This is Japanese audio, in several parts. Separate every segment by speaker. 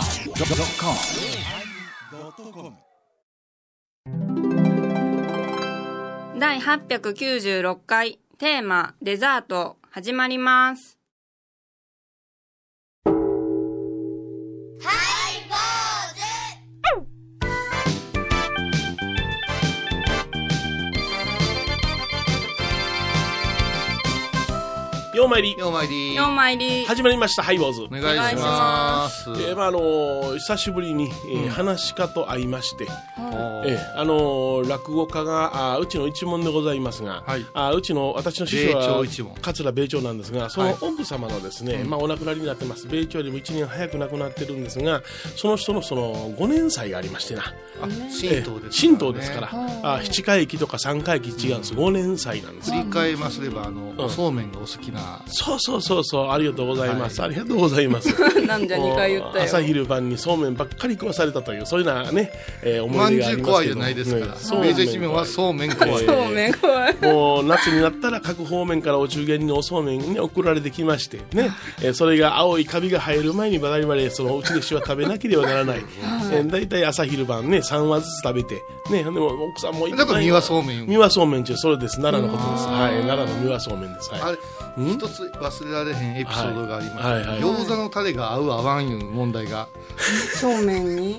Speaker 1: yosmir
Speaker 2: 第896回テーマデザート始まります
Speaker 3: ようまいり
Speaker 4: ようまいり
Speaker 2: 4枚入り
Speaker 3: 始まりましたハイボーズ
Speaker 4: お願いします。
Speaker 3: えーまああのー久しぶりに、えー話し家と会いまして、
Speaker 4: お
Speaker 3: え
Speaker 4: ー
Speaker 3: ーあのー落語家があーうちの一門でございますが、
Speaker 4: はい
Speaker 3: あーうちの私の師匠
Speaker 4: 米
Speaker 3: は
Speaker 4: 朝一門
Speaker 3: 桂米朝なんですがそ
Speaker 4: は
Speaker 3: の
Speaker 4: い
Speaker 3: おんぶ様のですね、まあ、お亡くなりになってます米朝よりも1年早く亡くなってるんですがその人のその5年祭がありましてな。
Speaker 4: あ
Speaker 3: え
Speaker 4: 神道です、
Speaker 3: ー
Speaker 4: ね。
Speaker 3: 神道ですから、あ7回忌とか3回忌違うんです、5年祭なんです
Speaker 4: 振り返りますれば、あの、
Speaker 3: ん
Speaker 4: そうめんがお好きな。
Speaker 3: そうそうそうそうありがとうございます、ありがとうございます
Speaker 2: なんじゃ2回言ったよ
Speaker 3: 朝昼晩にそうめんばっかり食わされたというそういうようなね、えー、思
Speaker 4: ま
Speaker 3: い
Speaker 4: ん
Speaker 3: 出があ
Speaker 4: じゅ
Speaker 3: り
Speaker 4: う
Speaker 3: ます
Speaker 4: 怖い
Speaker 3: け
Speaker 4: じ
Speaker 3: ど
Speaker 4: ゃないですから。
Speaker 3: そうめ
Speaker 4: 明
Speaker 3: ん
Speaker 4: 治一面はそうめん怖い。
Speaker 3: えー
Speaker 2: そうめん怖い
Speaker 3: もう夏になったら各方面からお中元におそうめんに送られてきましてね、えーそれが青いカビが生える前に我々そのうちでしは食べなければならない、えー、大体朝昼晩ね3話ずつ食べてねでも奥さんもいっぱ
Speaker 4: だ
Speaker 3: い
Speaker 4: から三輪そうめん
Speaker 3: 三輪そうめん中それです奈良のことですはい奈良の三輪そうめんですはい
Speaker 4: あれ、一つ忘れられへんエピソードがあります。
Speaker 3: はいはいはい
Speaker 4: 餃子のタレが合う合わんいう問題が。
Speaker 2: そうめんに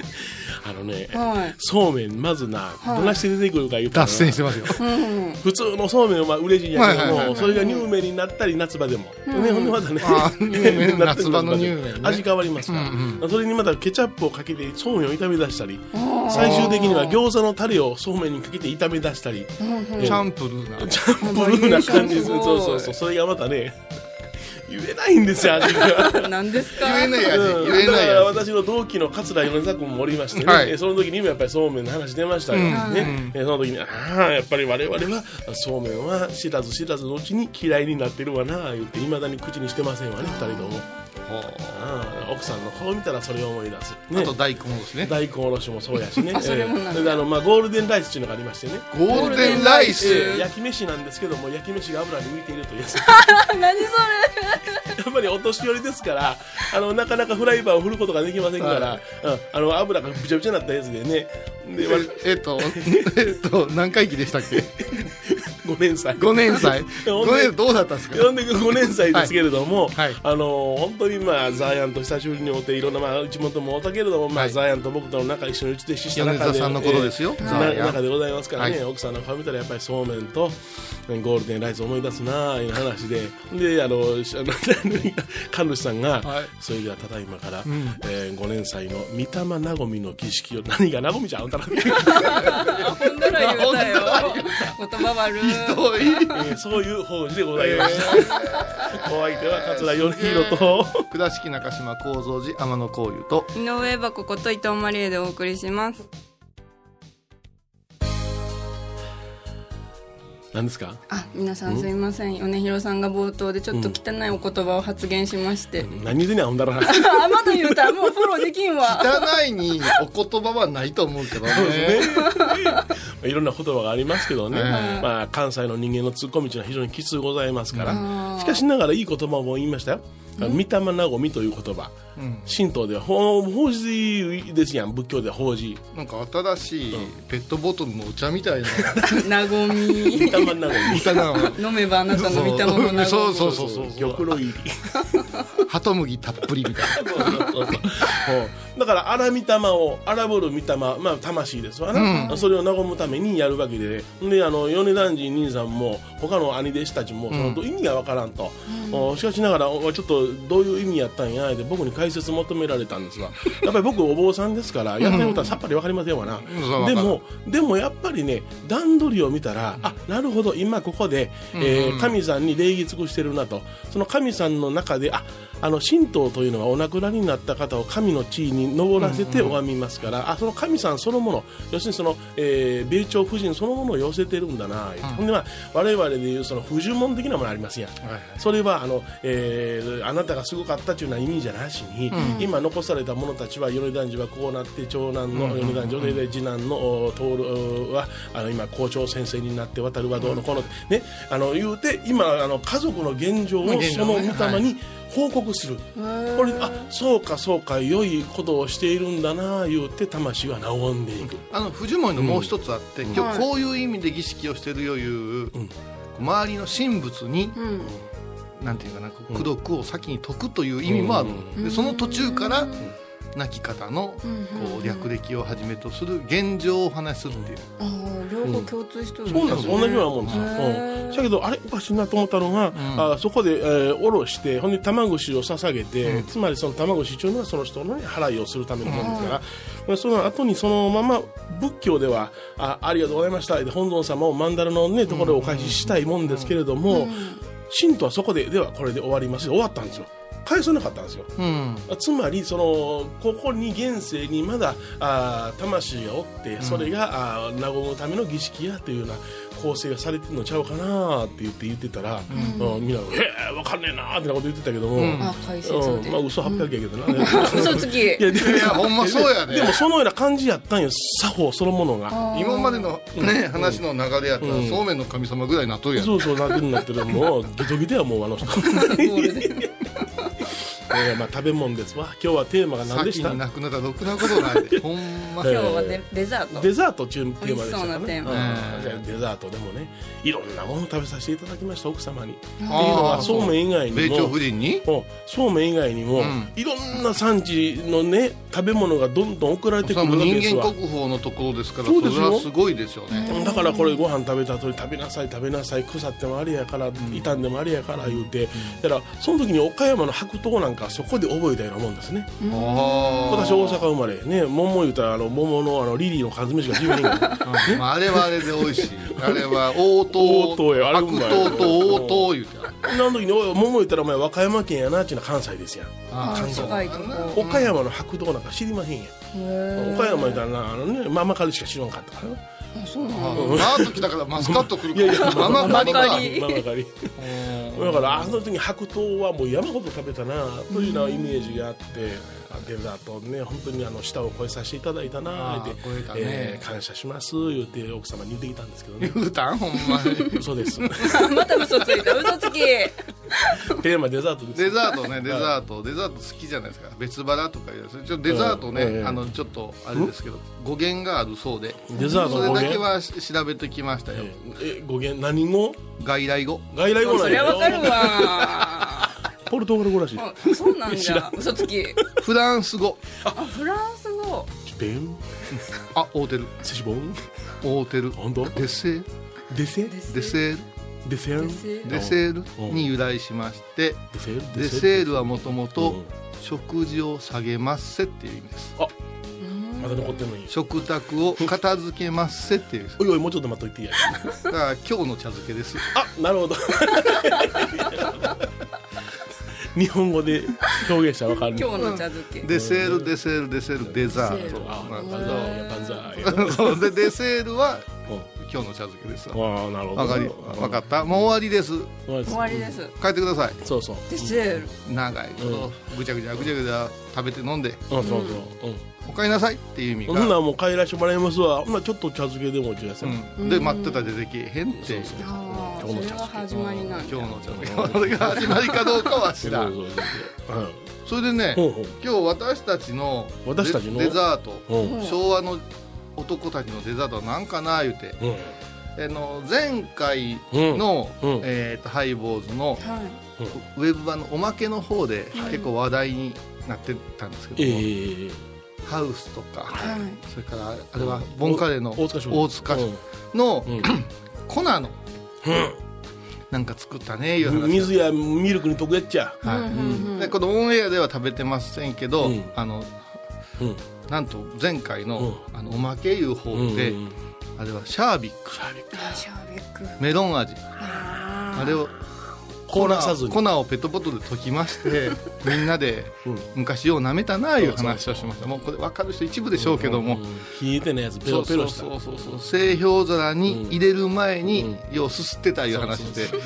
Speaker 3: あのね、
Speaker 2: はい
Speaker 3: そうめんまずな、どないして出てくるか言うたら
Speaker 4: 脱
Speaker 3: な
Speaker 4: 線してますよ。
Speaker 3: 普通のそうめんはまあうれしいんやけども、
Speaker 4: はいはいはい
Speaker 3: それが乳麺になったり夏場でも、ね、ほんでまたね
Speaker 4: あー乳 麺
Speaker 3: なって
Speaker 4: 夏場の乳麺ね
Speaker 3: 味変わりますから、それにまたケチャップをかけてそうめんを炒め出したり最終的には餃子のタレをそうめんにかけて炒め出したり
Speaker 4: チャンプルーな。
Speaker 3: チャンプルーな感じ
Speaker 2: あバリエーショ
Speaker 3: です
Speaker 2: ンすごい
Speaker 3: そうそうそうそれがまたね 言えないんですよ味が。
Speaker 2: 何ですか
Speaker 4: 言えない
Speaker 3: うん
Speaker 4: 味、言え
Speaker 3: だ
Speaker 4: な
Speaker 3: か
Speaker 4: い
Speaker 3: ら
Speaker 4: 味。
Speaker 3: 私の同期の桂米沢君もおりましてね、
Speaker 4: はい
Speaker 3: えその時にもやっぱりそうめんの話出ましたよ、
Speaker 4: うん
Speaker 3: ねえその時にああやっぱり我々はそうめんは知らず知らずのうちに嫌いになってるわな言っていまだに口にしてませんわね二人とも
Speaker 4: ほう
Speaker 3: ああ奥さんの顔見たらそれを思い出す、
Speaker 4: あ
Speaker 3: ね
Speaker 4: と、大根ですね。
Speaker 3: 大根おろしもそうやし ね
Speaker 2: それもなんだ
Speaker 3: ええであの、まあ、ゴールデンライスっていうのがありましてね
Speaker 4: ゴールデンライス。
Speaker 3: ええ焼き飯なんですけども焼き飯が油に浮いているというやつ
Speaker 2: 何そ
Speaker 3: やっぱりお年寄りですからあのなかなかフライパンを振ることができませんから、
Speaker 4: は
Speaker 3: うん、あの油がびちゃびちゃになったやつでねでわ
Speaker 4: ええっと、えっと、何回忌でしたっけ
Speaker 3: 5年祭
Speaker 4: 五年祭
Speaker 3: ほん
Speaker 4: 五
Speaker 3: で
Speaker 4: 年祭どうだったんですか
Speaker 3: 呼んで5年祭ですけれども、
Speaker 4: はいはい
Speaker 3: あの本当に、まあ、ザーヤンと久しぶりに会っていろんな、まあ、うちもとも会ったけれども、まあ
Speaker 4: はい
Speaker 3: ザーヤンと僕との仲一緒にうちでした
Speaker 4: 米
Speaker 3: 中で
Speaker 4: 沢さんのことですよ
Speaker 3: えー
Speaker 4: ザーヤン
Speaker 3: な中でございますからね、
Speaker 4: はい
Speaker 3: 奥さんの顔見たらやっぱりそうめんとうんゴールデンライス思い出すなあいう話でであのしあの 神主さんが、
Speaker 4: はい
Speaker 3: それではただいまから、えー、5年祭の御霊なごみの儀式を何がなごみじゃんあんた ら
Speaker 2: れあほんだら言うたよ言葉悪い
Speaker 4: どうい
Speaker 3: えーそういう法事でございました、 お相手は桂米宏と。
Speaker 4: 倉敷中島幸三寺天野幸雄と
Speaker 2: 井上箱こと伊藤マリエでお送りします
Speaker 3: 何ですか
Speaker 2: あ皆さんすいません米広さんが冒頭でちょっと汚いお言葉を発言しまして、
Speaker 3: 何言うてんねんほんだら な
Speaker 2: あまだ言うたらもうフォローできん わ
Speaker 4: 汚いにお言葉はないと思うけどね
Speaker 3: いろんな言葉がありますけどね、
Speaker 4: え
Speaker 3: まあ、関西の人間の突っ込みというのは非常にきついございますからしかしながらいい言葉も言いましたよ「御霊なごみ」という言葉、神道では法法事ですやん仏教では法事
Speaker 4: なんか新しいペットボトルのお茶みたいな
Speaker 2: なご
Speaker 3: 「
Speaker 2: み
Speaker 3: 御霊なご み
Speaker 4: 汚いの
Speaker 2: 飲めばあなたの見たものな
Speaker 4: そ
Speaker 2: ご
Speaker 4: う
Speaker 2: み
Speaker 4: そうそうそう」そう
Speaker 3: 玉露入り
Speaker 4: 鳩麦たっぷりみたい
Speaker 3: そうそうそうそうだから荒御霊を荒ぶる御霊まあ魂ですわな、それを和むためにやるわけでであの米男児兄さんも他の兄弟子たちもその意味がわからんと、おしかしながらおちょっとどういう意味やったんやで僕に解説求められたんですがやっぱり僕お坊さんですからやってることはさっぱりわかりませんわな、
Speaker 4: うん
Speaker 3: でもでもやっぱりね段取りを見たらあなるほど今ここで、えー神さんに礼儀尽くしてるなとその神さんの中でああの神道というのはお亡くなりになった方を神の地位に上らせて拝みますから、あその神さんそのもの要するにその、えー米朝夫人そのものを寄せてるんだな、ほんでまあ我々でいうその不十文的なものありますやん、
Speaker 4: な
Speaker 3: それはあの、えーあなたがすごかったというような意味じゃなしに、今残された者たちは米男児はこうなって長男の米男児、で次男のお徹おはあの今校長先生になって渡るはどうのこうの、ねあの言うて今あの家族の現状を
Speaker 4: 現状
Speaker 3: その
Speaker 4: ね
Speaker 3: 御霊に報告するこれあそうかそうか良いことをしているんだな言うて魂は和んでいく
Speaker 4: あの藤森のもう一つあって、今日こういう意味で儀式をしてるよいう、周りの神仏に、
Speaker 2: うん
Speaker 4: なんていうかな功徳を先に解くという意味もある、
Speaker 3: う
Speaker 4: でその途中から、
Speaker 2: うん
Speaker 4: 亡き方の
Speaker 2: うん
Speaker 4: こう略歴をはじめとする現状をお話しするっていう、
Speaker 2: あー両方共通してる
Speaker 3: そうなんです、
Speaker 2: ね
Speaker 3: 同じようなもんですよ、
Speaker 2: へー
Speaker 3: うん、だけどあれおかしいなと思ったのが、あそこで、えーおろしてほんで玉串を捧げて、つまりその玉串というのはその人のね払いをするためのものですから、でその後にそのまま仏教ではあありがとうございましたで本尊様を曼荼羅のねところをお返ししたいもんですけれども、神とはそこでではこれで終わります終わったんですよ返さなかったんですよ
Speaker 4: うん
Speaker 3: つまりそのここに現世にまだあー魂がおってそれが、あー和むための儀式やというような構成がされてるのちゃうかなって言って言ってたら、うんみんな「へえ分かんねえな」ってなこと言ってたけども、うん
Speaker 4: ん
Speaker 2: あ解説で、
Speaker 3: まあ嘘800やけどな、
Speaker 2: 嘘つき
Speaker 3: いやで
Speaker 4: いやほんまそうやで、
Speaker 3: でもそのような感じやったんよ作法そのものが。
Speaker 4: 今までの、ね話の流れやったら、そうめんの神様ぐらいなっとるやん、
Speaker 3: そうそうなってるんだけどもうゲトゲトやもうあの人 えーまあ食べ物ですわ今日はテーマが何でし
Speaker 4: 先
Speaker 3: た
Speaker 4: に亡くなったらろくなことない でほんま
Speaker 3: え
Speaker 2: 今日はデデザート
Speaker 3: デザートっていうテーマでし
Speaker 2: 美味し
Speaker 3: たから
Speaker 2: そうなテー
Speaker 3: ねう
Speaker 2: マ
Speaker 3: んじゃあデザートでもねいろんなものを食べさせていただきました奥様にっていうの
Speaker 4: あ
Speaker 3: は
Speaker 4: ー
Speaker 3: そうめん以外に
Speaker 4: 米朝
Speaker 3: も
Speaker 4: 夫人に
Speaker 3: うんそうめん以外にも、
Speaker 4: ん
Speaker 3: いろんな産地のね食べ物がどんどん送られてく
Speaker 4: そ
Speaker 3: る
Speaker 4: れも
Speaker 3: わけ
Speaker 4: 人
Speaker 3: です
Speaker 4: 間
Speaker 3: わ
Speaker 4: 国宝のところですから
Speaker 3: そ
Speaker 4: そう
Speaker 3: です
Speaker 4: れ
Speaker 3: よ
Speaker 4: はすごいですよね
Speaker 3: だからこれご飯食べた後に食べなさい食べなさい腐ってもあれやから傷んでもあれやから言うてだからその時に岡山の白桃なんかはそこで覚えたようなもんですね
Speaker 4: あ
Speaker 3: 私大阪生まれね桃言うたらあの桃のあのリリーの缶詰しか自分に
Speaker 4: 阪、まあ、あれはあれで美味しいあれは応
Speaker 3: 応答や
Speaker 4: 答
Speaker 3: あれうまい
Speaker 4: 白桃と応答言うてある
Speaker 3: あの時に「おい桃言ったらお前和歌山県やな」っていうのは関西ですやん
Speaker 4: あー
Speaker 2: あー近いとこ
Speaker 3: 岡山の白桃なんか知りまへんやん岡山言ったらなあのねママカリしか知らんかったからな
Speaker 4: あーバーッと来たからマスカット来るからママカリ
Speaker 2: ママ
Speaker 4: か
Speaker 2: カリ
Speaker 3: ママカリだからあの時に白桃はもう山ほど食べたなというようなイメージがあってあデザートね本当にあの舌を超えさせていただいたな
Speaker 4: あー
Speaker 3: って
Speaker 4: 超えたね
Speaker 3: えー感謝します言って奥様に言ってきたんですけどね
Speaker 4: 言うたんほんま に
Speaker 3: そうです
Speaker 2: また嘘ついた嘘つき
Speaker 3: テーマデザートです
Speaker 4: デザートねデザートデザート好きじゃないですか別腹とか言うやつちょっとデザートね、
Speaker 3: うん
Speaker 4: あのちょっとあれですけど語源があるそうで
Speaker 3: デザート
Speaker 4: そ
Speaker 3: の
Speaker 4: れ
Speaker 3: 語
Speaker 4: だけ
Speaker 3: 源
Speaker 4: はし調べてきましたよ、
Speaker 3: え語源何語
Speaker 4: 外来語
Speaker 3: 外来語な
Speaker 2: そ
Speaker 3: ん
Speaker 2: りゃ
Speaker 3: や
Speaker 2: わかる
Speaker 3: よ
Speaker 2: わ
Speaker 3: ポルトガル語らしい
Speaker 2: あそうなんだ嘘つき
Speaker 4: フランス語
Speaker 2: あフランス語
Speaker 3: スペイン
Speaker 4: あ合うてる
Speaker 3: セシボン
Speaker 4: 合うてる
Speaker 3: 本当
Speaker 4: デセール
Speaker 3: デセ
Speaker 4: デセー
Speaker 3: デセン
Speaker 4: ルデセールに由来しまして
Speaker 3: デセル
Speaker 4: デセールはもともと食事を下げますせっていう意味です
Speaker 3: まだ残ってんのに
Speaker 4: 食卓を片付けますせっていう意味です
Speaker 3: おいおいもうちょっと待っといていい や
Speaker 4: だから今日の茶漬けです
Speaker 3: あなるほど 日本語で表現したら分かる
Speaker 2: 今日の茶漬け
Speaker 4: デセールデセールデセールデザート
Speaker 3: あ
Speaker 4: なん
Speaker 3: な
Speaker 4: か
Speaker 3: るほどやっぱんざい
Speaker 4: そう でデセールは
Speaker 3: う
Speaker 4: 今日の茶漬けですわ
Speaker 3: んああなるほど
Speaker 4: わかりわかったもう終わりです
Speaker 2: 終わりです
Speaker 4: 帰ってくださ
Speaker 3: そうそう
Speaker 2: デセール
Speaker 4: い長いことぐちゃぐちゃぐちゃぐちゃ食べて飲んで
Speaker 3: うんそうそううん
Speaker 4: おかえりなさいっていう意味
Speaker 3: ほんな
Speaker 4: が、
Speaker 3: らもう帰らしてもらいますわほんならちょっと茶漬けでもちなさい
Speaker 4: うん、で待ってたら出てけえへんって
Speaker 3: そう
Speaker 2: ああそ
Speaker 3: 今日の
Speaker 2: れ
Speaker 3: 茶
Speaker 2: は
Speaker 3: 漬
Speaker 2: 始まりなんだ
Speaker 4: 今日の茶漬け これが始まりかどうかは知ら
Speaker 3: そうんそうそう
Speaker 4: それでね
Speaker 3: ほうほう
Speaker 4: 今日私たちの
Speaker 3: 私たちの
Speaker 4: デデザート
Speaker 3: うんうん
Speaker 4: 昭和の男たちのデザートは何かな言うて
Speaker 3: うん
Speaker 4: あの前回の、
Speaker 3: うんうん
Speaker 4: えーとハイボーズ
Speaker 2: は
Speaker 4: の
Speaker 2: い
Speaker 4: ウェブ版のおまけの方で結構話題になってたんですけ
Speaker 3: え
Speaker 4: ども、
Speaker 3: え
Speaker 4: ハウスとか
Speaker 2: はい
Speaker 4: それからあれはボンカレーの
Speaker 3: 大塚商
Speaker 4: 大塚
Speaker 3: うん
Speaker 4: の
Speaker 3: うん
Speaker 4: 粉のなんか作ったねいう話が
Speaker 3: 水やミルクに溶くやっちゃ
Speaker 4: はい
Speaker 2: うん
Speaker 4: でこのオンエアでは食べてませんけど、
Speaker 3: うん
Speaker 4: あの
Speaker 3: うん
Speaker 4: なんと前回の,、あのおまけいう方で、
Speaker 3: うん
Speaker 4: あれはシャービック
Speaker 2: あシャーベック
Speaker 4: メロン味
Speaker 2: あ
Speaker 4: あれを
Speaker 3: 凍らさずに
Speaker 4: 粉をペットボトルで溶きまして みんなで
Speaker 3: うん
Speaker 4: 昔よう舐めたなあいう話をしましたもうこれ分かる人一部でしょうけども、
Speaker 3: 冷えてないやつペ
Speaker 4: そ
Speaker 3: ロ
Speaker 4: う
Speaker 3: ペ
Speaker 4: そ
Speaker 3: ロ
Speaker 4: う
Speaker 3: した
Speaker 4: そうそうそう製氷皿に入れる前にようすすってたいう話で
Speaker 3: そう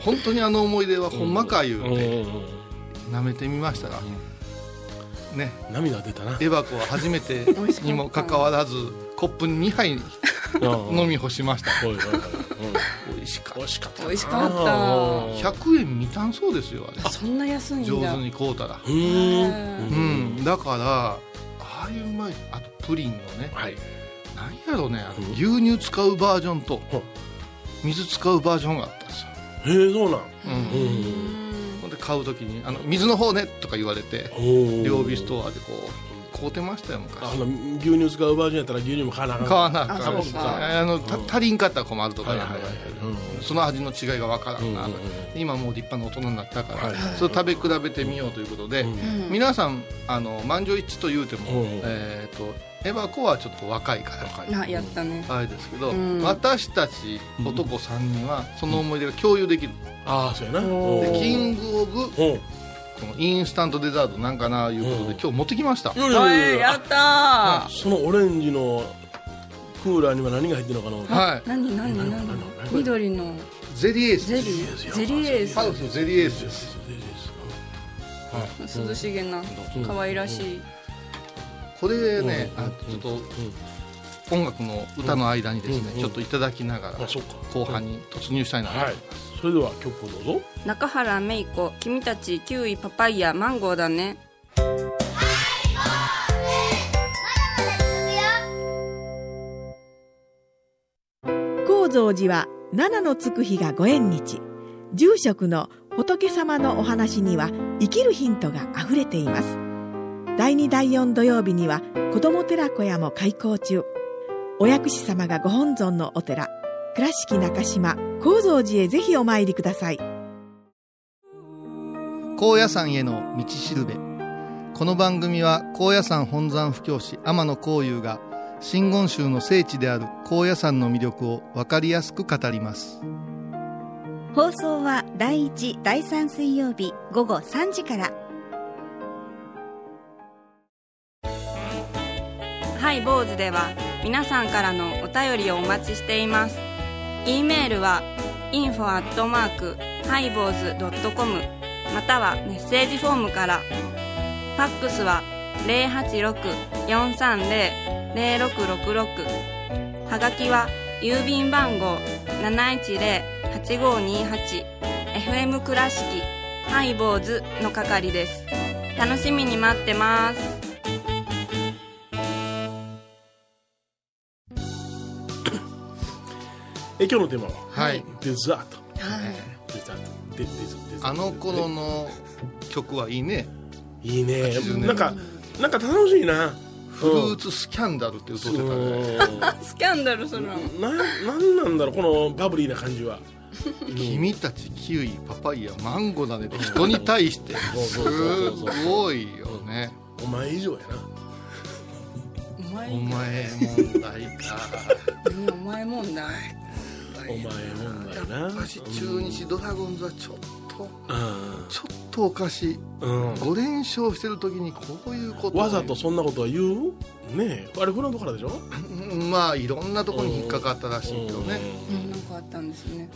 Speaker 4: 本当にあの思い出はほんまかいう
Speaker 3: うん
Speaker 4: て
Speaker 3: うんうん
Speaker 4: 舐めてみましたらね
Speaker 3: 涙出たな
Speaker 4: エバコは初めて
Speaker 2: 美味しかった
Speaker 4: にもかかわらずコップに2杯
Speaker 3: うん
Speaker 4: 飲み干しました
Speaker 3: おいおいおい
Speaker 4: 美味しか
Speaker 3: うん
Speaker 4: っ
Speaker 3: 惜しかった
Speaker 2: 美味しかった
Speaker 4: た100円満たんそうですよあれ
Speaker 2: そんな安いんだ
Speaker 4: 上手に買うたら
Speaker 3: うーん
Speaker 4: うんんだからああいううまいあとプリンのね
Speaker 3: はい
Speaker 4: なんやろねあの
Speaker 3: うん
Speaker 4: 牛乳使うバージョンと
Speaker 3: ほう
Speaker 4: 水使うバージョンがあったんですよ、
Speaker 3: へえそうなん
Speaker 4: うんほんで買う時にあの「水の方ね」とか言われて
Speaker 3: おー
Speaker 4: 両備ストアでこう買うてましたよ
Speaker 3: あ
Speaker 4: 昔
Speaker 3: の牛乳使うバージョンやったら牛乳も買わなあかん
Speaker 4: 買わなあかん
Speaker 3: あ
Speaker 4: し
Speaker 3: そう
Speaker 4: あ
Speaker 3: か
Speaker 4: のた足りんかったら困るとか
Speaker 3: はい
Speaker 4: や
Speaker 3: はい
Speaker 4: ん
Speaker 3: はいはい
Speaker 4: その味の違いがわからんな、
Speaker 3: うんうん
Speaker 4: 今もう立派な大人になったから、
Speaker 3: はい
Speaker 4: それを食べ比べてみようということで、
Speaker 2: うん
Speaker 4: 皆さんあの満場一致というても、
Speaker 3: うんうん
Speaker 4: えー、とエバコはちょっと若いから
Speaker 3: 若い
Speaker 2: なやったね
Speaker 4: あれですけど、
Speaker 2: うん
Speaker 4: 私たち男3人はその思い出が共有できる、
Speaker 3: ああそうやな
Speaker 2: おー
Speaker 3: お
Speaker 4: で
Speaker 3: ー
Speaker 4: キングオブこ
Speaker 3: うん
Speaker 4: のインスタントデザートなんかないうことで、
Speaker 3: うん
Speaker 4: 今日持ってきました、
Speaker 3: よいよいよ
Speaker 2: はいい
Speaker 3: よ
Speaker 2: やった
Speaker 3: あそのオレンジのクーラーには何が入ってるのかな
Speaker 4: はい
Speaker 2: ー何何何
Speaker 3: 何
Speaker 2: 何緑の
Speaker 4: ゼリーエース
Speaker 2: ゼリ
Speaker 3: ゼリー
Speaker 2: ーゼリーエー
Speaker 4: ハウスのゼリーエースです
Speaker 2: ス涼しげな
Speaker 3: うん
Speaker 2: 可愛らしい
Speaker 4: これね、
Speaker 3: うん
Speaker 4: あちょっと音楽の歌の間にですね、
Speaker 3: うん
Speaker 4: ちょっといただきながら、
Speaker 3: あそうか
Speaker 4: 後半に突入したいなと思い
Speaker 3: は
Speaker 4: ま
Speaker 3: い
Speaker 4: す、
Speaker 3: それでは曲をどうぞ
Speaker 2: 中原芽衣子君たちキウイパパイヤマンゴーだね
Speaker 1: 高蔵寺は七のつく日がご縁日住職の仏様のお話には生きるヒントがあふれています第2第4土曜日には子ども寺小屋も開校中お薬師様がご本尊のお寺倉敷中島・高蔵寺へぜひお参りください
Speaker 4: 高野山への道しるべこの番組は高野山本山布教師天野幸雄が真言宗の聖地である高野山の魅力を分かりやすく語ります
Speaker 5: 放送は第1第3水曜日午後3時から
Speaker 2: ハイボーズでは皆さんからのお便りをお待ちしています。e メールは info アットマークハイボーズドットコムまたはメッセージフォームから。ファックスは086-430-0666はがきは郵便番号710-8528 FM 倉敷ハイボーズの係です。楽しみに待ってます。
Speaker 3: え今日のテーマは
Speaker 4: はい
Speaker 3: デザート
Speaker 2: はい
Speaker 3: デザートデデザデザ
Speaker 4: あの頃の曲はいいね
Speaker 3: いいね
Speaker 4: 80年
Speaker 3: なんかなんか楽しいな
Speaker 4: フルーツスキャンダルって歌ってたね
Speaker 2: スキャンダルするの。
Speaker 3: うんななんなんだろうこのバブリーな感じは
Speaker 4: 君たちキウイパパイヤマンゴーだねって人に対してす
Speaker 3: そうそうそうそう
Speaker 4: ごいよね
Speaker 3: お前以上やな
Speaker 2: お前
Speaker 4: お前問題か
Speaker 2: うんお前もんだ。
Speaker 3: お前問題な
Speaker 4: 昔中日ドラゴンズはちょっと
Speaker 3: うん
Speaker 4: ちょっとおかしい
Speaker 3: うん
Speaker 4: 5連勝してる時にこういうことを
Speaker 3: わざとそんなことは言うねえあれフランドからでしょ
Speaker 4: うんまあいろんなとこに引っかかったらしいけどね
Speaker 2: うんなんかあったんですね。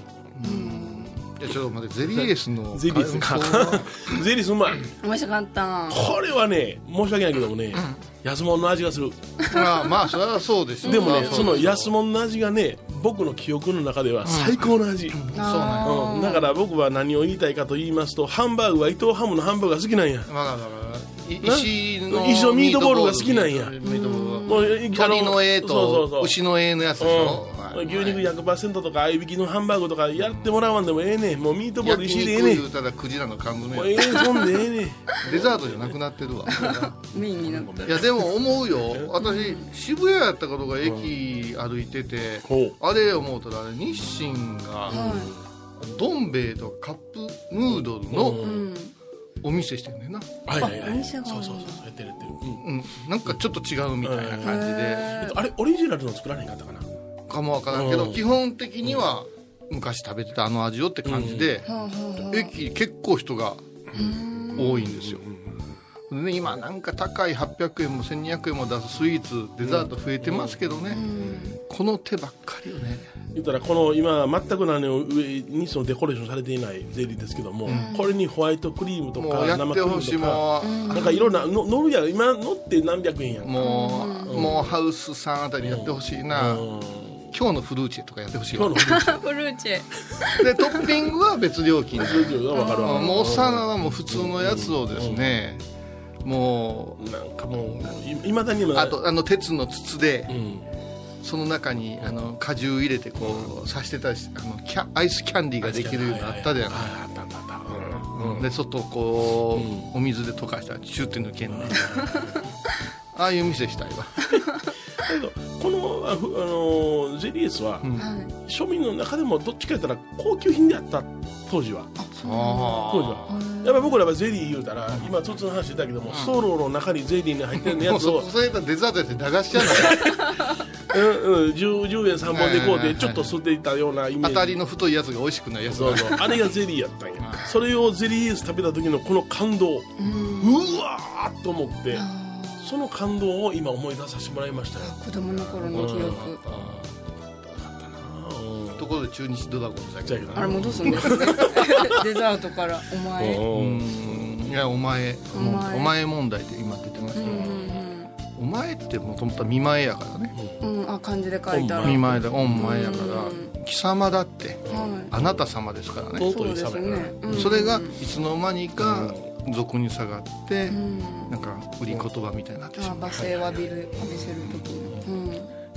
Speaker 4: いやちょっと待 ってゼリーエースの
Speaker 3: ゼリーエース
Speaker 4: 感想は
Speaker 3: うんゼリーすんまい
Speaker 2: 面白かった。
Speaker 3: これはね申し訳ないけどもね安物の味がする
Speaker 4: まあまあそれはそうでしょう
Speaker 3: でもね
Speaker 4: う
Speaker 3: その安物の味がね僕の記憶の中では最高の味
Speaker 4: そうなんよ
Speaker 3: うんだから僕は何を言いたいかと言いますとハンバーグは伊藤ハムのハンバーグが好きなんや
Speaker 4: わかるわかるい石の
Speaker 3: 石のミートボールが好きなんや
Speaker 4: ミートボール
Speaker 3: もうあの
Speaker 4: 鳥の絵
Speaker 3: そうそうそ
Speaker 4: と
Speaker 3: う
Speaker 4: 牛の絵のやつでしょ
Speaker 3: うん、牛肉100%とか合いびきのハンバーグとかやってもらわんでもええねんもうミートボール
Speaker 4: 焼
Speaker 3: 石
Speaker 4: 肉
Speaker 3: でええねん
Speaker 4: 言うたらクジラの缶詰
Speaker 3: もうええそんでええねん
Speaker 4: デザートじゃなくなって るわ
Speaker 2: メインになった。
Speaker 4: いやでも思うよ私渋谷やったことが駅歩いてて、
Speaker 3: ほ
Speaker 4: あれ思うたら日清が
Speaker 2: は
Speaker 4: どん兵衛とカップヌードル
Speaker 3: う
Speaker 2: い。
Speaker 4: の
Speaker 2: うん。
Speaker 4: お店してんねんな、
Speaker 3: はいはいは
Speaker 2: あお
Speaker 3: い
Speaker 2: 店
Speaker 3: そう
Speaker 2: があ
Speaker 3: そ
Speaker 2: る
Speaker 3: うん
Speaker 2: だ
Speaker 3: そうそうやってるやってる、うん
Speaker 4: うん、なんかちょっと違うみたいな感じで
Speaker 3: えっとあれオリジナルの作られへんかったかな
Speaker 4: かもわからんけ
Speaker 3: う
Speaker 4: ど
Speaker 3: ん
Speaker 4: 基本的には昔食べてたあの味をって感じで
Speaker 2: はあは
Speaker 4: 駅結構人が多いんですよでね今なんか高い800円も1200円も出すスイーツデザート増えてますけどねこの手ばっかりよね
Speaker 3: 言ったらこの今全く何を上にそのデコレーションされていないゼリーですけども、これにホワイトクリームと
Speaker 4: も
Speaker 3: か
Speaker 4: うや
Speaker 3: 生
Speaker 4: っ
Speaker 3: ク
Speaker 4: て
Speaker 3: リー
Speaker 4: ほ
Speaker 3: ム
Speaker 4: しい
Speaker 3: とか
Speaker 4: もう
Speaker 3: なんかいろんなの乗るやん今乗って何百円やん
Speaker 4: もう、もうハウスさんあたりやってほしいな、
Speaker 3: うん
Speaker 4: 今今日のフルーチェとかやってほしい
Speaker 3: 今
Speaker 4: わ
Speaker 3: 日のフルー
Speaker 2: フルーチェ
Speaker 4: でトッピングは別料金で
Speaker 3: ツは分かるわ
Speaker 4: もうお皿はもう普通のやつをですねも
Speaker 3: なんかもういまだにも
Speaker 4: うあとあの鉄の筒で
Speaker 3: うん
Speaker 4: その中にあの果汁入れてこう刺してたりしてあのキャアイスキャンディーができるようになったじ
Speaker 3: ははいはい
Speaker 4: ゃない
Speaker 3: あったあったあったうん
Speaker 4: で外をこう、
Speaker 3: うん
Speaker 4: お水で溶かしたらチュッて抜 けんねああいう店したいわ、
Speaker 3: だけどこのあふあのーゼリーエスは、
Speaker 4: うん
Speaker 2: はい
Speaker 3: 庶民の中でもどっちかやったら高級品であった当時は当時
Speaker 4: あ
Speaker 3: はやっぱり僕らはゼリー言うたら今筒の話だけども、ソロの中にゼリーに入ってる
Speaker 4: あも
Speaker 3: や
Speaker 4: う
Speaker 3: つ
Speaker 4: そ
Speaker 3: を
Speaker 4: それやったらデザートやって駄菓子じ ゃない
Speaker 3: うんうん、10, 10円3本でこう
Speaker 4: はいはいはい
Speaker 3: でちょっと吸っていたようなイメー
Speaker 4: 当
Speaker 3: ジ
Speaker 4: たりの太いやつが美味しくないやつ
Speaker 3: そうそうあれがゼリーやったんやそれをゼリーエース食べた時のこの感動うわーっと思ってその感動を今思い出させてもらいましたよ
Speaker 2: 子供の頃の記憶
Speaker 4: ところで中日ドラゴンズだけど
Speaker 2: あれ戻 すんですねデザートからお前
Speaker 4: う
Speaker 3: うん
Speaker 4: んいやお前
Speaker 2: お前
Speaker 4: お前問題って今出てます
Speaker 2: う
Speaker 4: け
Speaker 2: ん
Speaker 4: ど、
Speaker 2: う
Speaker 4: お前ってもともと見前やからね
Speaker 2: んうんうんあ漢字で書いたら
Speaker 3: う
Speaker 4: 見
Speaker 3: ん
Speaker 4: 前だお前やか
Speaker 2: う
Speaker 4: ら貴様だって
Speaker 2: はい
Speaker 4: あなた様ですからね、
Speaker 2: そうですねうん
Speaker 4: それがいつの間にか俗に下がって、
Speaker 2: うん
Speaker 4: なんか売り言葉みたいになってしま
Speaker 2: あ
Speaker 4: う
Speaker 2: 罵声を浴びる浴びせる時のう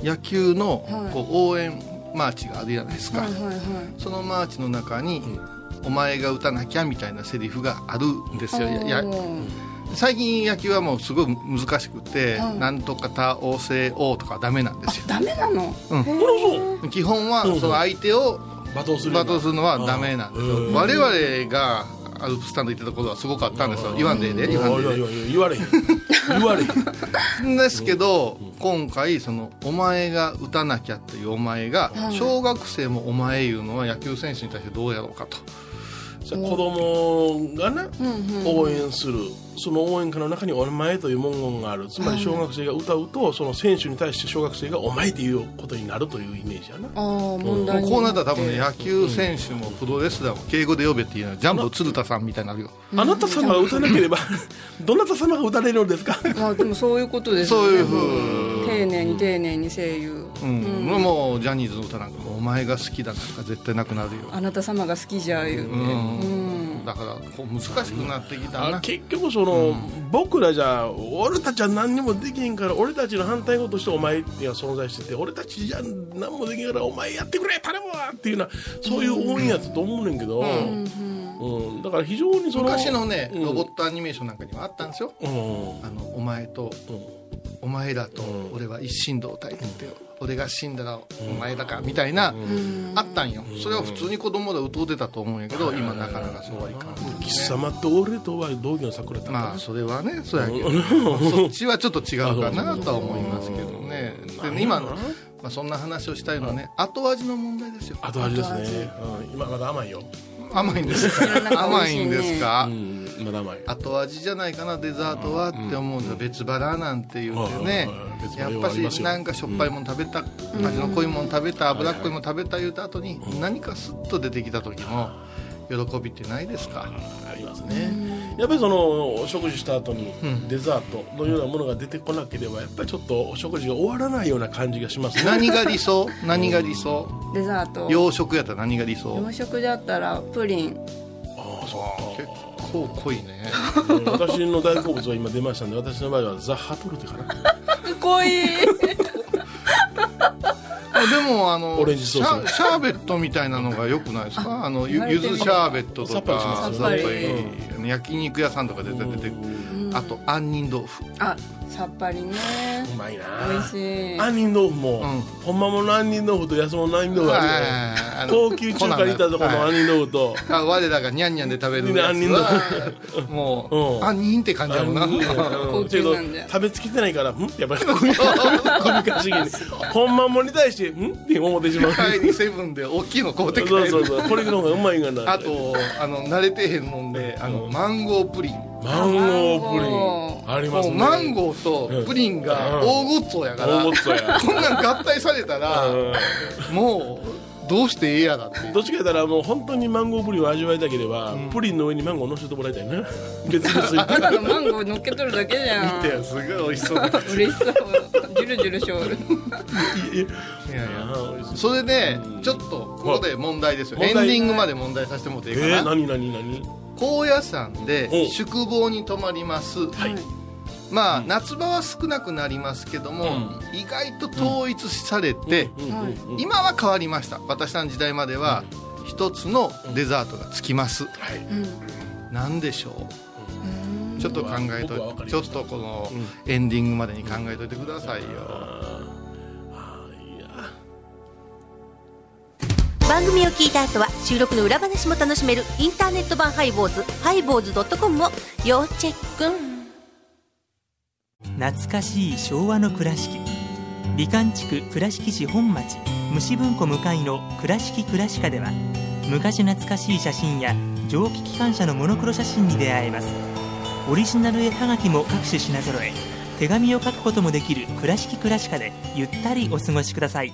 Speaker 2: ん
Speaker 4: 野球の
Speaker 2: はい
Speaker 4: こう応援マーチがあるじゃないですか、
Speaker 2: はいはいはい
Speaker 4: そのマーチの中に「お前が打たなきゃ」みたいなセリフがあるんですよ、やや
Speaker 2: うん
Speaker 4: 最近野球はもうすごい難しくて「
Speaker 2: はい
Speaker 4: なんとか多応せ王」とかダメなんですよ
Speaker 2: ダメなの
Speaker 3: これそう
Speaker 4: 基本は
Speaker 3: うん
Speaker 4: その相手を
Speaker 3: 罵倒する
Speaker 4: 罵倒するのはダメなんです
Speaker 3: う
Speaker 4: よ
Speaker 3: ん
Speaker 4: 我々がアルプススタンド行ってた頃はすごかったんですよ言わんでええで
Speaker 3: い
Speaker 4: 言
Speaker 3: や
Speaker 4: わん
Speaker 3: い
Speaker 4: で
Speaker 3: や
Speaker 4: ええ
Speaker 3: いや言われへん言 われへん
Speaker 4: でですけど今回その「お前が打たなきゃ」っていうお前が
Speaker 2: はい
Speaker 4: 小学生も「お前」言うのは野球選手に対してどうやろうかと
Speaker 3: それ子供がな
Speaker 2: うんうん
Speaker 3: 応援するその応援歌の中に「お前」という文言があるつまり小学生が歌うとその選手に対して小学生が「お前」っていうことになるというイメージやな
Speaker 2: ああ問
Speaker 4: も
Speaker 2: 題
Speaker 4: う
Speaker 2: に
Speaker 4: こうなったら多分ね野球選手もプロレスラーも敬語で呼べっていうのはジャンボ鶴田さんみたいになるよ
Speaker 3: あなた様が打たなければどなた様が打たれるのですか
Speaker 2: まあでもそういうことですよ
Speaker 4: そう
Speaker 2: ね
Speaker 4: いうふう
Speaker 2: 丁寧に丁寧に声優
Speaker 4: うん、もうジャニーズの歌なんかも「お前が好きだ」なんか絶対なくなるよ
Speaker 2: あなた様が好きじゃ言うて
Speaker 4: うん
Speaker 2: うん
Speaker 4: だからこう難しくなってきた
Speaker 3: あ
Speaker 4: な
Speaker 3: 結局その、僕らじゃ俺たちは何にもできへんから俺たちの反対語としてお前っていうのは存在してて俺たちじゃ何もできへんからお前やってくれ頼むわっていうようなそういう応援やったと思うねんけど、うん
Speaker 2: うん
Speaker 3: だから非常にその
Speaker 4: 昔のね、
Speaker 3: うん
Speaker 4: ロボットアニメーションなんかにもあったんですよ
Speaker 3: うん
Speaker 4: 「あのお前と
Speaker 3: うん
Speaker 4: お前らと
Speaker 3: うん
Speaker 4: 俺は一心同体」って、俺が死んだらお前だかみたいな、あったんよそれは普通に子供で歌うてたと思うんやけど今なかなかそうはいかん
Speaker 3: 貴様と俺とは同義の桜だった
Speaker 4: まあ
Speaker 3: な
Speaker 4: それはねそうやけどそっちはちょっと違うかなとは思いますけどねでね今の、まあ、そんな話をしたいのはね後味の問題ですよ
Speaker 3: 後味ですね、うん、今まだ甘いよ、
Speaker 4: 甘いんです
Speaker 2: いやなんか美
Speaker 4: 甘
Speaker 2: 味しい
Speaker 4: い
Speaker 2: ね
Speaker 4: んです
Speaker 3: う
Speaker 4: か
Speaker 3: ん、まだ甘い
Speaker 4: 後味じゃないかなデザートはって思うんですよ別腹なんて言ってね
Speaker 3: はい別
Speaker 4: や
Speaker 3: 腹
Speaker 4: っ
Speaker 3: はあ
Speaker 4: ぱ
Speaker 3: ります
Speaker 4: し
Speaker 3: よ
Speaker 4: なんかしょっぱいもん食べた味の濃いもん食べた脂っこいもん食べた言うた後に何かスッと出てきた時の喜びってないですか
Speaker 3: ありますね、やっぱりそのお食事した後に
Speaker 4: うん
Speaker 3: デザートのようなものが出てこなければやっぱりちょっとお食事が終わらないような感じがしますね
Speaker 4: 何が理想何が理想
Speaker 2: デザート
Speaker 4: 洋食やったら何が理想
Speaker 2: 洋食だったらプリン
Speaker 3: ああそ
Speaker 4: 結構濃いね
Speaker 3: うか、うん私の大好物は今出ましたんで私の場合はザ・ハトルテかな
Speaker 2: 濃い
Speaker 4: あでもあの
Speaker 3: オレンジソース
Speaker 4: シャシャーベットみたいなのがよくないですかあのゆ
Speaker 2: 言われ
Speaker 4: ゆ
Speaker 2: てみれ
Speaker 4: ず
Speaker 2: ば
Speaker 4: シャーベットとか
Speaker 3: さ
Speaker 2: っぱりします
Speaker 4: さっぱりあの焼肉屋さんとかで絶対出てくるあと杏仁豆腐
Speaker 2: あさっぱりね
Speaker 3: うまいな
Speaker 2: 美味しい
Speaker 3: 杏仁豆腐も、
Speaker 4: うん
Speaker 3: ほんまもの杏仁豆腐と安物の杏仁豆腐あるよね
Speaker 4: あ の
Speaker 3: 高級中華にいたとこの
Speaker 4: はい
Speaker 3: 杏仁豆腐と、
Speaker 4: あ我らがニャンニャンで食べるやつはもう、
Speaker 3: うん
Speaker 4: 杏仁って感じやもんな
Speaker 3: 杏仁豆腐うん
Speaker 2: 高級なんだ
Speaker 3: けど食べつきてないからんってやっぱり首かしげにほんまもんに対してんって思ってしまう
Speaker 4: 帰りセブンで大きいの買うて帰
Speaker 3: そう
Speaker 4: る
Speaker 3: そうそうこれの方がうまいがな
Speaker 4: あとあの慣れてへんのんであのマンゴープリン
Speaker 3: マンゴープリンありま
Speaker 4: も
Speaker 3: す
Speaker 4: う
Speaker 3: ね
Speaker 4: マンゴーとプリンが大ごっつおやから、
Speaker 3: 大ごっつおや
Speaker 4: こんなん合体されたら、もうどうしてええやらっていう
Speaker 3: どっちかやったらもう本当にマンゴープリンを味わいたければ、プリンの上にマンゴー乗せてもらいたい な別について
Speaker 2: ただのマンゴー乗っけとるだけじゃん
Speaker 4: いやすごい美味しそうな
Speaker 2: 嬉しそうジュルジュルしょる
Speaker 4: いやいや
Speaker 3: あ
Speaker 4: それでちょっとここで問題ですよ、
Speaker 3: はい
Speaker 4: エンディングまで問題させてもらっていいか
Speaker 3: えー、
Speaker 4: な、
Speaker 3: 何何何
Speaker 4: 高野山で
Speaker 3: お
Speaker 4: 宿坊に泊まります、
Speaker 3: はい
Speaker 4: まあ夏場は少なくなりますけども、意外と統一されて、
Speaker 3: うんうんうん
Speaker 4: 今は変わりました私らの時代までは一つのデザートがつきます、
Speaker 3: はい
Speaker 4: なんでしょうちょっと考え
Speaker 3: 僕は分
Speaker 4: と
Speaker 3: か
Speaker 4: い
Speaker 3: り
Speaker 4: ちょ
Speaker 3: ま
Speaker 4: っ
Speaker 3: した
Speaker 4: とこの
Speaker 3: うん
Speaker 4: エンディングまでに考えといてくださいよ、
Speaker 3: あーいや
Speaker 6: 番組を聞いた後は収録の裏話も楽しめるインターネット版ハイボーズハイボーズドットコムを要チェック
Speaker 7: 懐かしい昭和の倉敷美観地区倉敷市本町虫文庫向かいの「倉敷倉歯科」では昔懐かしい写真や蒸気機関車のモノクロ写真に出会えますオリジナル絵はがきも各種品揃え手紙を書くこともできる「倉敷倉歯科」でゆったりお過ごしください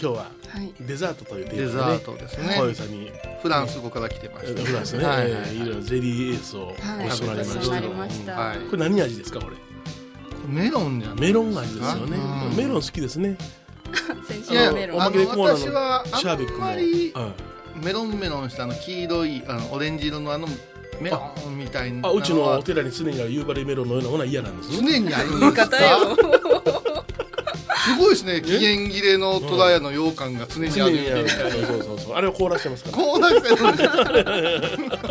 Speaker 3: 今日は
Speaker 2: はい
Speaker 3: デザートというテ
Speaker 4: デ
Speaker 3: ー
Speaker 4: ザ
Speaker 3: マ
Speaker 4: ー
Speaker 3: でね
Speaker 4: トです
Speaker 3: 小
Speaker 4: ね
Speaker 3: 遊さんに
Speaker 4: フランス語から来てまし
Speaker 3: え
Speaker 4: た
Speaker 3: フランスね、
Speaker 4: はいい
Speaker 3: い
Speaker 4: はい
Speaker 3: ろいろゼリーエースをおしまりま
Speaker 4: はい
Speaker 3: し
Speaker 4: 教
Speaker 3: た
Speaker 2: な
Speaker 4: えて
Speaker 2: り
Speaker 4: もら
Speaker 2: ました、
Speaker 4: は
Speaker 2: はいい
Speaker 3: これ何味ですかこれ
Speaker 4: メロンじゃない
Speaker 3: メロン味ですよね
Speaker 4: うん
Speaker 3: メロン好きですね
Speaker 2: 先
Speaker 4: い
Speaker 2: 週
Speaker 4: や
Speaker 2: のメロン
Speaker 3: おま
Speaker 4: あ
Speaker 3: けで
Speaker 4: の
Speaker 3: コーラの
Speaker 4: 私は
Speaker 3: シャ
Speaker 4: あ
Speaker 3: ーベック
Speaker 4: ん
Speaker 3: も
Speaker 4: まり
Speaker 3: はい
Speaker 4: メロンメロンしたあの黄色いあのオレンジ色のあのメロンみたいな
Speaker 3: あうちの
Speaker 4: は
Speaker 3: お寺に常にある夕張メロンのようなものは嫌なんですね
Speaker 4: 常にあるんですか
Speaker 2: 方よ
Speaker 4: すごいですね期限切れのトラヤの羊羹が常にあ
Speaker 3: 常
Speaker 4: る
Speaker 3: にあるそうそうそうあれを凍らしてますから
Speaker 4: こうなってるんです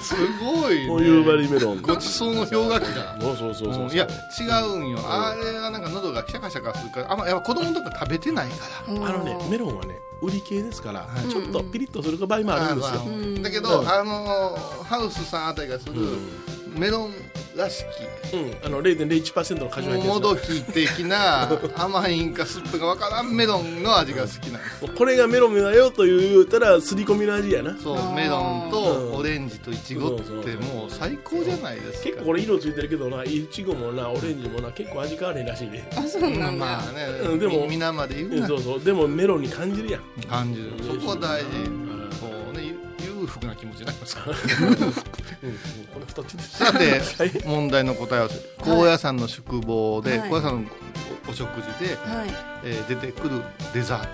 Speaker 4: すごい、ね、
Speaker 3: こういうバリメロン
Speaker 4: ごちそうの氷河期だ
Speaker 3: そうそうそうそう
Speaker 4: いや違うんよあれはなんか喉がキャカシャカするからあんまやっぱ子供とか食べてないから
Speaker 3: あのねメロンはね売り系ですから、
Speaker 4: はい
Speaker 3: ちょっとピリッとする場合もあるんですよ、
Speaker 4: まあだけ
Speaker 3: う
Speaker 4: ど
Speaker 3: ん
Speaker 4: あのーハウスさんあたりがするメロンらしき
Speaker 3: うんあの0.01%の果汁入って
Speaker 4: も
Speaker 3: る
Speaker 4: どき的な甘いんか酸っぱいかわからんメロンの味が好きなんです
Speaker 3: これがメロンだよと言うたらすり込みの味やな
Speaker 4: そうメロン
Speaker 3: うん
Speaker 4: とオレンジとイチゴっ
Speaker 3: そうそう
Speaker 4: てもう最高じゃないですか
Speaker 3: 結構これ色ついてるけどないちごもなオレンジもな結構味変わらへんらしいね、
Speaker 2: あそうなんだ、
Speaker 4: まあね、
Speaker 3: うんで
Speaker 4: で
Speaker 3: も
Speaker 4: も皆まで言
Speaker 3: う
Speaker 4: うんな
Speaker 3: そうそうでもメロンに感じるやん
Speaker 4: 感じるそこは大事
Speaker 3: うん
Speaker 4: こうねゆ裕福な気持ちになりま すから
Speaker 3: うんうんこの二つです
Speaker 4: さて
Speaker 3: はい
Speaker 4: 問題の答え合わせ高野山の宿坊で、
Speaker 2: はい
Speaker 4: 高野山のおお食事で、
Speaker 2: はい
Speaker 4: えー出てくるデザート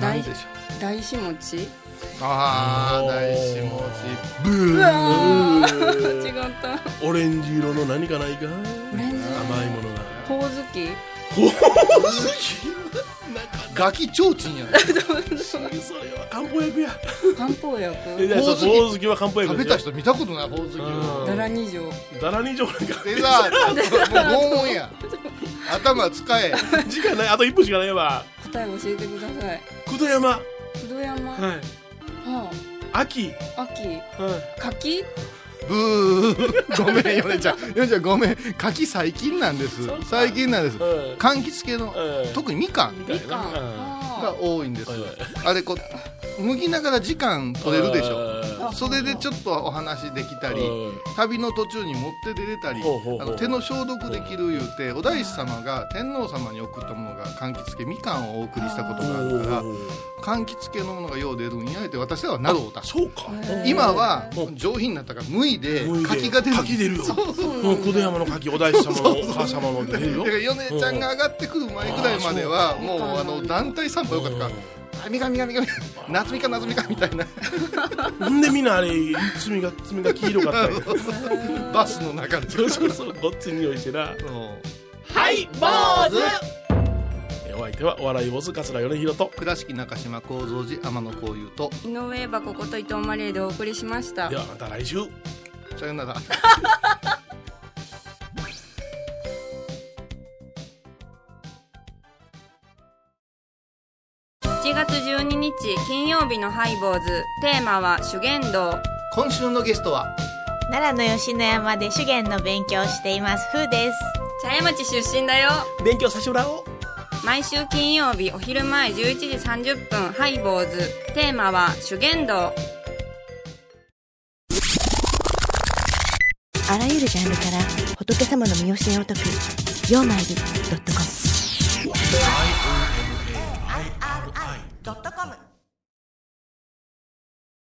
Speaker 4: 何
Speaker 2: 大
Speaker 4: でしょう
Speaker 2: 大師餅
Speaker 4: ああ
Speaker 3: おー
Speaker 4: 大師餅ブ
Speaker 2: う
Speaker 4: ー
Speaker 2: わー
Speaker 3: う
Speaker 2: 違った
Speaker 3: オレンジ色の何かないか
Speaker 2: オレンジ
Speaker 3: 甘いものが
Speaker 2: ほおずき
Speaker 4: ガキ提灯やね
Speaker 3: それは漢方薬や
Speaker 2: 漢方薬
Speaker 3: えそう
Speaker 4: ほおずき
Speaker 3: ほおずきは漢方薬
Speaker 4: 食べ
Speaker 3: でしょ
Speaker 4: た人見たことないほおずきを
Speaker 2: だら二条
Speaker 3: だらにじょうなんか
Speaker 4: デザートもう拷問や頭使え
Speaker 3: 時間ないあと1分しかないわ
Speaker 2: 答え教えてください
Speaker 3: 久戸山
Speaker 2: 不動山、はい
Speaker 3: 秋
Speaker 2: 秋
Speaker 3: はい
Speaker 2: 柿
Speaker 4: ブーごめんヨネちゃんヨネちゃんごめん柿最近なんです
Speaker 3: そうか
Speaker 4: 最近なんです
Speaker 3: うん
Speaker 4: 柑橘系の
Speaker 3: うん
Speaker 4: 特にみかん
Speaker 2: みかん
Speaker 4: が
Speaker 2: あ
Speaker 4: 多いんです
Speaker 3: はいはい
Speaker 4: あれこう麦ながら時間取れるでしょ
Speaker 3: ょ
Speaker 4: それでちょっとお話できたり旅の途中に持って出れたり
Speaker 3: ほうほうほう
Speaker 4: あの手の消毒できるいうてお大師様が天皇様に送ったものが柑橘系みかんをお送りしたことがあるから柑橘系のものがよう出るんやいて私らはなるを出す
Speaker 3: そうか
Speaker 4: 今は
Speaker 3: うん
Speaker 4: 上品になったから脱いで
Speaker 3: 脱いで
Speaker 4: 柿が出る
Speaker 3: 柿出るよ
Speaker 4: そうそう
Speaker 3: うん久戸山の柿お大師様のお母様の出る
Speaker 4: だ
Speaker 3: よ
Speaker 4: から米ちゃんが上がってくる前ぐらいまではもうあの団体参拝よかったから「あみかみかみかみ夏みか夏みか」みたいな
Speaker 3: なんでみんなあれ爪が爪が黄色かったんや
Speaker 4: バスの中で
Speaker 3: そうそうそうごっつい匂いしてな
Speaker 4: そう
Speaker 3: はい坊主お相手はお笑い坊主桂米宏と
Speaker 4: 倉敷中島幸三寺天野幸雄と
Speaker 2: 井上箱こと伊藤マリエでお送りしました
Speaker 3: ではまた来週
Speaker 4: さよなら
Speaker 2: 7月12日金曜日のハイボーズテーマは修験道
Speaker 4: 今週のゲストは
Speaker 8: 奈良の吉野山で修験の勉強をしていますふうです
Speaker 2: チ茶屋町出身だよ
Speaker 8: 勉強させてもらおう
Speaker 2: 毎週金曜日お昼前11時30分ハイボーズテーマは「修験道
Speaker 9: あらゆるジャンルから仏様の見教えを解く「曜マイルドットコム」
Speaker 10: ドットコム